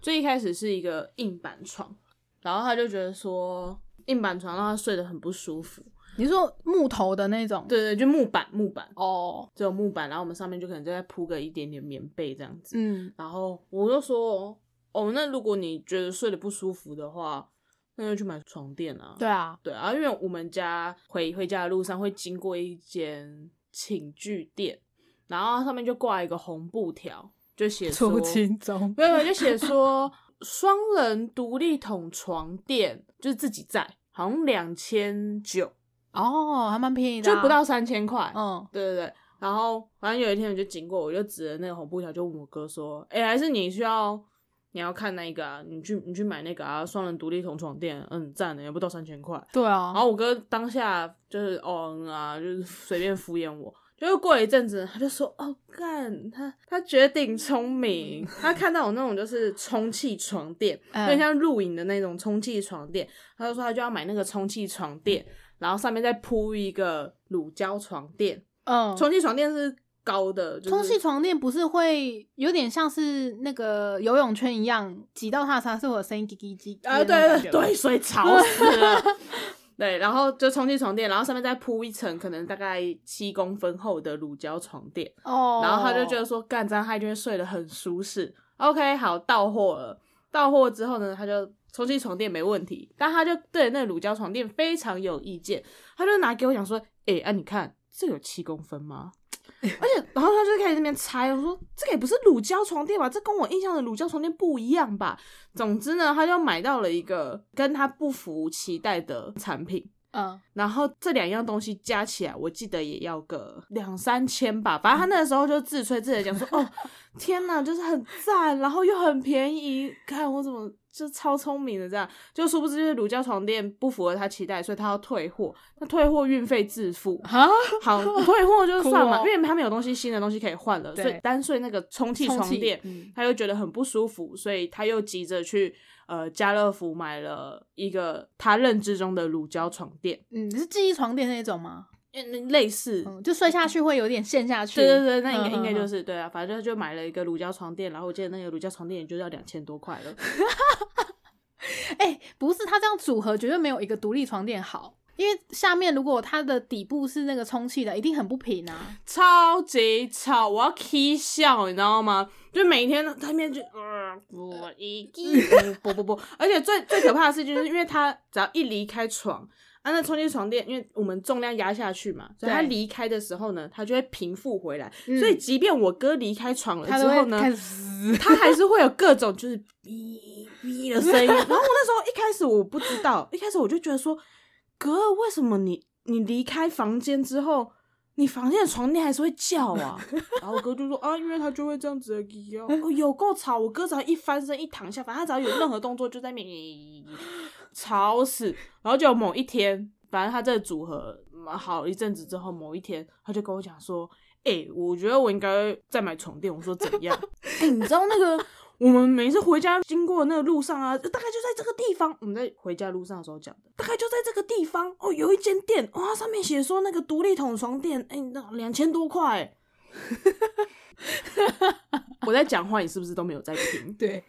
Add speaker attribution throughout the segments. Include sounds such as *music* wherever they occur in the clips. Speaker 1: 最一开始是一个硬板床，然后他就觉得说硬板床让他睡得很不舒服。
Speaker 2: 你说木头的那种，
Speaker 1: 对对，就木板木板，
Speaker 2: 哦，
Speaker 1: 只有木板，然后我们上面就可能再铺个一点点棉被这样子。
Speaker 2: 嗯，
Speaker 1: 然后我就说，哦，那如果你觉得睡得不舒服的话，那就去买床垫啊。
Speaker 2: 对啊，
Speaker 1: 对啊，因为我们家回回家的路上会经过一间寝具店，然后上面就挂一个红布条，就
Speaker 2: *laughs*
Speaker 1: 写说
Speaker 2: 出清中，
Speaker 1: 没有没有，就写说双人独立筒床垫就是自己在，好像两千九，
Speaker 2: 哦，还蛮便宜的、
Speaker 1: 就不，到三千块。
Speaker 2: 嗯，
Speaker 1: 对对对。然后反正有一天我就经过，我就指着那个红布条就问我哥说：“哎、还是你需要你要看那个、啊，你去你去买那个啊，双人独立筒床垫，嗯，赞的，也不到三千块。”
Speaker 2: 对啊，
Speaker 1: 然后我哥当下就是哦嗯啊，就是随便敷衍我。就是过了一阵子，他就说：“哦，干他，他绝顶聪明。他看到我那种就是充气床垫，有
Speaker 2: 嗯
Speaker 1: 点像露营的那种充气床垫，他就说他就要买那个充气床垫，然后上面再铺一个乳胶床垫。
Speaker 2: 嗯，
Speaker 1: 充气床垫是高的，就是、
Speaker 2: 充气床垫不是会有点像是那个游泳圈一样，挤到它的时候它是会有声音叽叽叽
Speaker 1: 啊，
Speaker 2: 的那种
Speaker 1: 对
Speaker 2: 感
Speaker 1: 对
Speaker 2: 觉
Speaker 1: 对，所以
Speaker 2: *laughs*
Speaker 1: 吵死了。对，然后就充气床垫，然后上面再铺一层可能大概七公分厚的乳胶床垫。”
Speaker 2: 吗哦，
Speaker 1: 然后他就觉得说，干张他就会睡得很舒适。OK，好，到货了。到货之后呢，他就充气床垫没问题，但他就对那乳胶床垫非常有意见，他就拿给我讲说，哎、啊，你看这有七公分吗？而且，然后他就开始那边猜，我说这个也不是乳胶床垫吧，这跟我印象的乳胶床垫不一样吧。总之呢，他就买到了一个跟他不符期待的产品。
Speaker 2: 嗯，，
Speaker 1: 然后这两样东西加起来，我记得也要个两三千吧。反正他那个时候就自吹自擂讲说：“哦，天哪，就是很赞，然后又很便宜，看我怎么就超聪明的这样。”就殊不知就是乳胶床垫不符合他期待，所以他要退货。那退货运费自付
Speaker 2: *laughs* 哈，
Speaker 1: 好退货就算了，
Speaker 2: 哭哦
Speaker 1: 因为他们有东西新的东西可以换了，
Speaker 2: 对
Speaker 1: 所以单睡那个充气
Speaker 2: 充
Speaker 1: 床
Speaker 2: 气
Speaker 1: 垫，
Speaker 2: 嗯
Speaker 1: 他又觉得很不舒服，所以他又急着去呃家乐福买了一个他认知中的乳胶床垫。
Speaker 2: 嗯，是记忆床垫那种吗？
Speaker 1: 嗯，类似，
Speaker 2: 嗯，就睡下去会有点陷下去，
Speaker 1: 对对对，那应该、
Speaker 2: 嗯
Speaker 1: 应该就。
Speaker 2: 嗯嗯
Speaker 1: 是对啊，反正就买了一个乳胶床垫，然后我记得那个乳胶床垫也就要两千多块了。 *laughs*
Speaker 2: 哎、不是，它这样组合绝对没有一个独立床垫好，因为下面如果它的底部是那个充气的，一定很不平啊。
Speaker 1: 超级吵，我要 k 笑，你知道吗？就每天他面就呃，我
Speaker 2: *laughs*
Speaker 1: 一嗯不不不，而且最最可怕的事情就是，因为他只要一离开床，啊，那充气床垫，因为我们重量压下去嘛，所以他
Speaker 2: 对
Speaker 1: 离开的时候呢，他就会平复回来。
Speaker 2: 嗯
Speaker 1: 所以即便我哥离开床了
Speaker 2: 它
Speaker 1: 之
Speaker 2: 都
Speaker 1: 后
Speaker 2: 会
Speaker 1: 呢，
Speaker 2: 开始嘶，
Speaker 1: 他还是会有各种就是哔哔的声音。然后我那时候一开始我不知道，一开始我就觉得说，哥，为什么你你离开房间之后，你房间的床垫还是会叫啊？然后我哥就说啊，因为他就会这样子的叫，哦，有够吵。我哥只要一翻身一躺下，反正他只要有任何动作就在那边咦吵死。然后就某一天，反正他这个组合嗯好一阵子之后，某一天他就跟我讲说。哎、我觉得我应该再买床垫。我说怎样？ *laughs* 哎、你知道那个我们每次回家经过那个路上啊，大概就在这个地方。我们在回家路上的时候讲的，大概就在这个地方哦，有一间店，哇、上面写说那个独立筒床垫，哎、那两千多块、 *laughs* 欸。我在讲话，你是不是都没有在听？
Speaker 2: 对，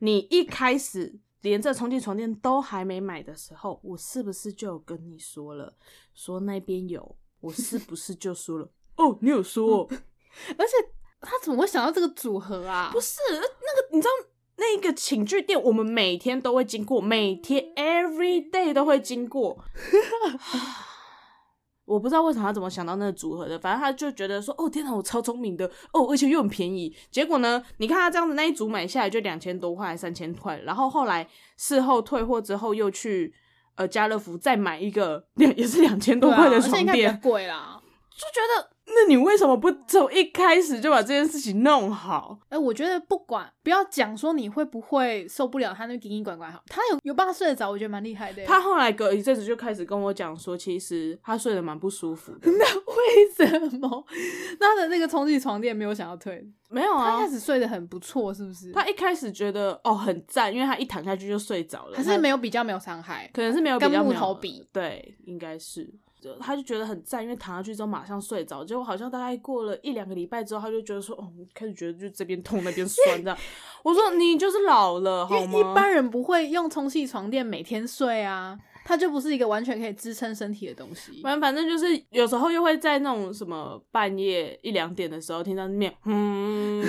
Speaker 1: 你一开始连这充气床垫都还没买的时候，我是不是就有跟你说了，说那边有？我是不是就说了？哦，你有说、哦。
Speaker 2: 而且他怎么会想到这个组合啊？
Speaker 1: 不是那个，你知道那个寝具店，我们每天都会经过，每天 every day 都会经过。 *laughs* 我不知道为什么他怎么想到那个组合的，反正他就觉得说，哦天哪，我超聪明的哦，而且又很便宜。结果呢，你看他这样子那一组买下来就两千多块、三千块，然后后来事后退货之后又去呃家乐福再买一个，也是两千
Speaker 2: 对
Speaker 1: 多
Speaker 2: 啊
Speaker 1: 块的
Speaker 2: 而且
Speaker 1: 床
Speaker 2: 应该比
Speaker 1: 垫，
Speaker 2: 较贵啦。
Speaker 1: 就觉得那你为什么不从一开始就把这件事情弄好？
Speaker 2: 哎、我觉得不管不要讲说你会不会受不了他那叽叽管管好，他有有办法睡得着，我觉得蛮厉害的耶。欸
Speaker 1: 他后来隔一阵子就开始跟我讲说，其实他睡得蛮不舒服
Speaker 2: *laughs*
Speaker 1: 的。
Speaker 2: 那 *laughs* 为什么那他的那个充气床垫没有想要退？
Speaker 1: 没有
Speaker 2: 他一
Speaker 1: 啊
Speaker 2: 开，始睡得很不错，是不是？
Speaker 1: 他一开始觉得哦很赞，因为他一躺下去就睡着了。
Speaker 2: 还是
Speaker 1: 他
Speaker 2: 没有比较没有伤害，
Speaker 1: 可能是没有比
Speaker 2: 跟
Speaker 1: 较
Speaker 2: 木
Speaker 1: 没有
Speaker 2: 头比，
Speaker 1: 对，应该是。就他就觉得很赞，因为躺下去之后马上睡着。结果好像大概过了一两个礼拜之后，他就觉得说，哦，开始觉得就这边痛那边酸这样。 *laughs* 我说你就是老了好
Speaker 2: 因
Speaker 1: 吗？
Speaker 2: 为一般人不会用充气床垫每天睡啊，它就不是一个完全可以支撑身体的东
Speaker 1: *laughs*
Speaker 2: 西。
Speaker 1: 反正反正就是有时候又会在那种什么半夜一两点的时候听到那面，嗯，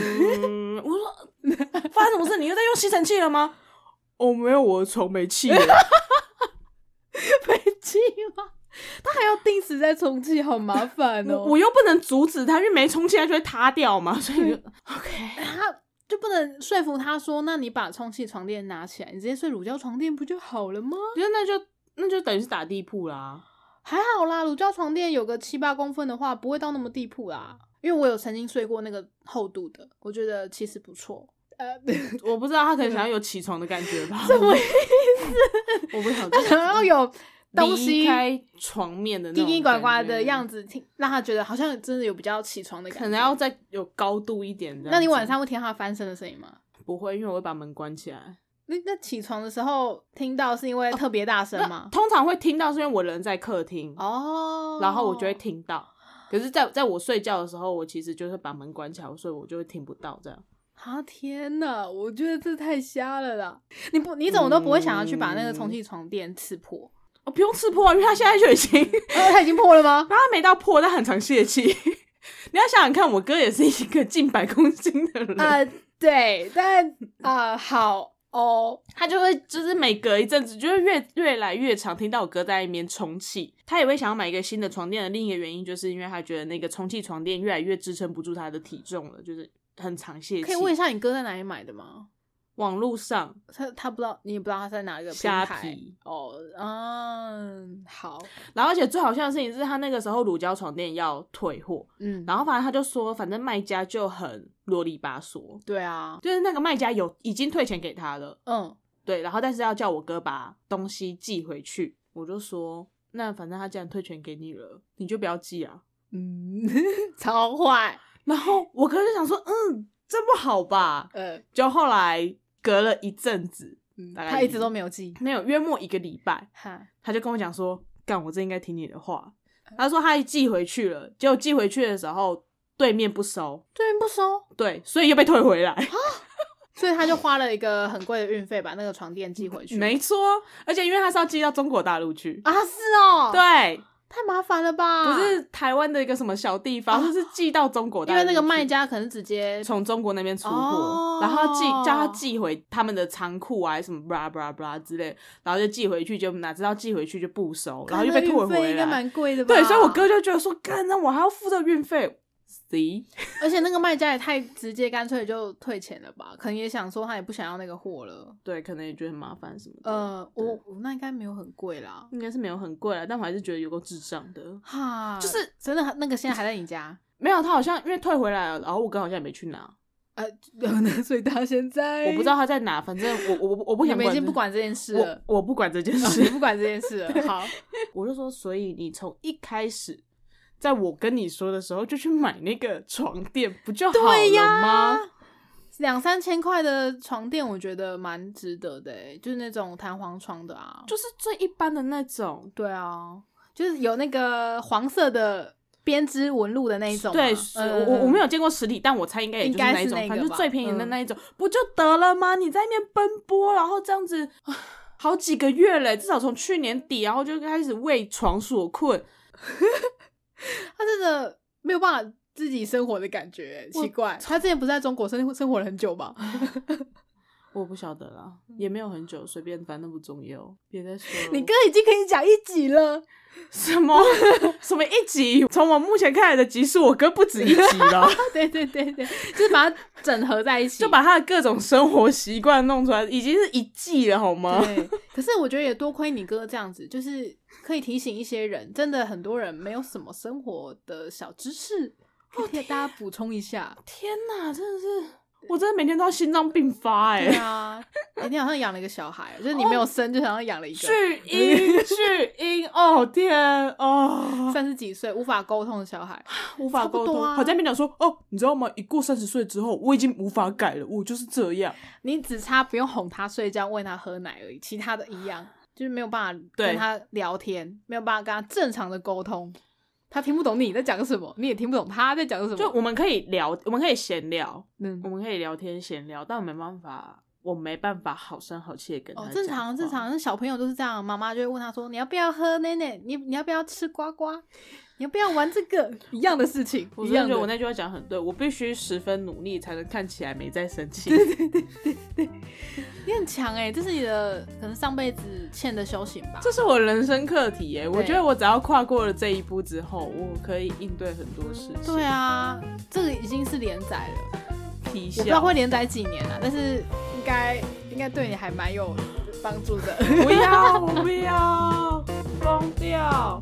Speaker 1: *laughs* 我说发生什么事？你又在用吸尘器了吗？哦，没有，我的床没气了。 *laughs*
Speaker 2: 飞机吗？它还要定时在充气，好麻烦
Speaker 1: 我
Speaker 2: 哦。
Speaker 1: 我又不能阻止它，因为没充气它就会塌掉嘛，所以 *laughs* 你就 OK。
Speaker 2: 他就不能说服他说，那你把充气床垫拿起来，你直接睡乳胶床垫不就好了吗？
Speaker 1: 觉得那就那就等于是打地铺啦。
Speaker 2: 还好啦，乳胶床垫有个七八公分的话，不会到那么地铺啦。因为我有曾经睡过那个厚度的，我觉得其实不错。呃， *laughs*
Speaker 1: 我不知道他可能想要有起床的感觉 *laughs* 吧？
Speaker 2: 什么意
Speaker 1: 我不想，
Speaker 2: 他
Speaker 1: *laughs*
Speaker 2: 想要有东西
Speaker 1: 离开床面的那
Speaker 2: 叽
Speaker 1: 种
Speaker 2: 叽呱呱的
Speaker 1: 感觉
Speaker 2: 样，子，听让他觉得好像真的有比较起床的感觉。
Speaker 1: 可能要再有高度一点的。
Speaker 2: 那你晚上会听到他翻身的声音吗？
Speaker 1: 不会，因为我会把门关起来。
Speaker 2: 那那起床的时候听到是因
Speaker 1: 哦
Speaker 2: 为特别大声吗？
Speaker 1: 通常会听到，是因为我人在客厅，
Speaker 2: 哦，
Speaker 1: 然后我就会听到。可是在，在我睡觉的时候，我其实就是把门关起来，所以我就会听不到这样。
Speaker 2: 啊天呐，我觉得这太瞎了啦！你不，你怎么都不会想要去把那个充气床垫刺破？
Speaker 1: 哦，不用刺破啊，因为它现在就已
Speaker 2: *laughs*
Speaker 1: 经，？
Speaker 2: 哦，它已经破了
Speaker 1: *laughs*
Speaker 2: 吗
Speaker 1: 它没到破，但很常泄气。 *laughs* 你要想想看，我哥也是一个近百公斤的人，
Speaker 2: 呃，对，但啊、呃好哦，
Speaker 1: 他就会就是每隔一阵子，就会越越来越常听到我哥在那边充气。他也会想要买一个新的床垫的另一个原因，就是因为他觉得那个充气床垫越来越支撑不住他的体重了，就是很常泄气。
Speaker 2: 可以问一下你哥在哪里买的吗？
Speaker 1: 网络上
Speaker 2: 他他不知道，你也不知道他在哪一个平
Speaker 1: 虾
Speaker 2: 台
Speaker 1: 皮，
Speaker 2: 哦，嗯，好，
Speaker 1: 然后而且最好笑的事情是他那个时候乳胶床垫要退货，
Speaker 2: 嗯，
Speaker 1: 然后反正他就说，反正卖家就很啰里吧嗦，
Speaker 2: 对啊，
Speaker 1: 就是那个卖家有已经退钱给他了，
Speaker 2: 嗯，
Speaker 1: 对，然后但是要叫我哥把东西寄回去，我就说，那反正他既然退钱给你了，你就不要寄啊。
Speaker 2: 嗯， *laughs* 超坏，
Speaker 1: 然后我哥就想说，嗯，这不好吧？
Speaker 2: 呃，
Speaker 1: 就后来隔了一阵子，
Speaker 2: 嗯
Speaker 1: 大概
Speaker 2: 他一直都没有记，
Speaker 1: 没有约莫一个礼拜，
Speaker 2: 哈，
Speaker 1: 他就跟我讲说：“干，我真应该听你的话。”他说他一寄回去了，结果寄回去的时候对面不收，
Speaker 2: 对面不收，
Speaker 1: 对，所以又被退回来。
Speaker 2: 所以他就花了一个很贵的运费把那个床垫寄回去，
Speaker 1: 没错，而且因为他是要寄到中国大陆去，
Speaker 2: 啊，是哦，
Speaker 1: 对，
Speaker 2: 太麻烦了吧？
Speaker 1: 不是台湾的一个什么小地方，
Speaker 2: 啊
Speaker 1: 他是寄到中国大
Speaker 2: 因
Speaker 1: 陆
Speaker 2: 为
Speaker 1: 去，
Speaker 2: 那个卖家可能直接
Speaker 1: 从中国那边出货，
Speaker 2: 哦
Speaker 1: 然后寄叫他寄回他们的仓库啊，什么 blah blah blah 之类，然后就寄回去，就哪知道寄回去就不收，然后又被退
Speaker 2: 运费
Speaker 1: 回
Speaker 2: 应
Speaker 1: 来。
Speaker 2: 该蛮贵的吧？
Speaker 1: 对，所以我哥，就觉得说，干，那我还要付这个运费，see。
Speaker 2: 而且那个卖家也太直接干脆就退钱了吧？可能也想说他也不想要那个货了。
Speaker 1: 对，可能也觉得很麻烦什么的。
Speaker 2: 呃，
Speaker 1: 对
Speaker 2: 我我那应该没有很贵啦，
Speaker 1: 应该是没有很贵了，但我还是觉得有够智障的。
Speaker 2: 哈，
Speaker 1: 就是
Speaker 2: 真的很那个现在还在你家，
Speaker 1: *laughs*
Speaker 2: *laughs*
Speaker 1: 没有，他好像因为退回来了，然后我哥好像也没去拿，
Speaker 2: 呃，所以他现在
Speaker 1: 我不知道他在哪，反正我我我我不
Speaker 2: 你
Speaker 1: 想
Speaker 2: 们
Speaker 1: 管
Speaker 2: 已
Speaker 1: 这，
Speaker 2: 经不管这件事
Speaker 1: *laughs*
Speaker 2: 了，
Speaker 1: 我我不管这件
Speaker 2: 啊你
Speaker 1: 事，
Speaker 2: 不管这件事了，好，
Speaker 1: *laughs* 我就说，所以你从一开始。在我跟你说的时候，就去买那个床垫，不就好
Speaker 2: 对
Speaker 1: 了
Speaker 2: 呀
Speaker 1: 吗？
Speaker 2: 两三千块的床垫，我觉得蛮值得的、欸，就是那种弹簧床的啊。
Speaker 1: 就是最一般的那种，
Speaker 2: 对啊，就是有那个黄色的编织纹路的那一种嘛。
Speaker 1: 对，是我我我没
Speaker 2: 有
Speaker 1: 有见过实体，但我猜应该也就是那一
Speaker 2: 嗯应该是那
Speaker 1: 种，
Speaker 2: 个
Speaker 1: 反正就
Speaker 2: 吧
Speaker 1: 最便宜的
Speaker 2: 嗯
Speaker 1: 那一种，不就得了吗？你在那边奔波，然后这样子啊好几个月嘞，至少从去年底，然后就开始为床所困，
Speaker 2: 他真的没有办法自己生活的感觉、欸
Speaker 1: 我嗯
Speaker 2: 奇怪。他之前不是在中国生生活了很久吗？
Speaker 1: 我不晓得啦，也没有很久，随便，反正不重要，别再说了。
Speaker 2: 嗯你哥已经可以讲一集了，
Speaker 1: *laughs*
Speaker 2: *laughs*
Speaker 1: 什么 *laughs* 什么一集？从我目前看来的集数，我哥不止一集了，
Speaker 2: *laughs* 对对对对，就是把它整合在一起，
Speaker 1: 就把他的各种生活习惯弄出来，已经是一季了，好吗？
Speaker 2: 对，可是我觉得也多亏你哥这样子，就是可以提醒一些人，真的很多人没有什么生活的小知识，
Speaker 1: 哦
Speaker 2: 可以替大家补充一下。
Speaker 1: 天哪，真的是，我真的每天都要心脏病发哎、
Speaker 2: 对啊，欸你好像养了一个小孩，哦就是你没有生，就好像养了一个
Speaker 1: 巨婴，巨婴， *laughs* 哦天哦，
Speaker 2: 三十几岁无法沟通的小孩。
Speaker 1: 无法沟
Speaker 2: 差不多
Speaker 1: 通。
Speaker 2: 啊
Speaker 1: 好在面讲说，哦，你知道吗？一过三十岁之后，我已经无法改了，我就是这样。
Speaker 2: 你只差不用哄他睡觉、喂他喝奶而已，其他的一样。就是没有办法
Speaker 1: 对
Speaker 2: 跟他聊天，没有办法跟他正常的沟通，他听不懂你在讲什么，你也听不懂他在讲什么。
Speaker 1: 就我们可以聊，我们可以闲聊，
Speaker 2: 嗯
Speaker 1: 我，们可以聊天闲聊，但我没办法，我没办法好声好气的跟他、
Speaker 2: 哦，正常正。常，那小朋友都是这样，妈妈就会问他说：“你要不要喝奶奶？你你要不要吃瓜瓜？你要不要玩这个？”一样的事情，
Speaker 1: 我
Speaker 2: 一
Speaker 1: 真的
Speaker 2: 样
Speaker 1: 觉
Speaker 2: 的
Speaker 1: 得我那句话讲得很对，我必须十分努力才能看起来没在生 *laughs* 气。
Speaker 2: 你很强哎、这是你的可能上辈子欠的修行吧？
Speaker 1: 这是我人生课题耶！我
Speaker 2: 对
Speaker 1: 觉得我只要跨过了这一步之后，我可以应对很多事情。
Speaker 2: 对，啊，这个已经是连载了。
Speaker 1: 皮
Speaker 2: 我不知道
Speaker 1: 笑
Speaker 2: 会。连载几年啊，但是应该应该对你
Speaker 1: *laughs*
Speaker 2: 还蛮有帮助的。
Speaker 1: 不要，我不要，疯掉。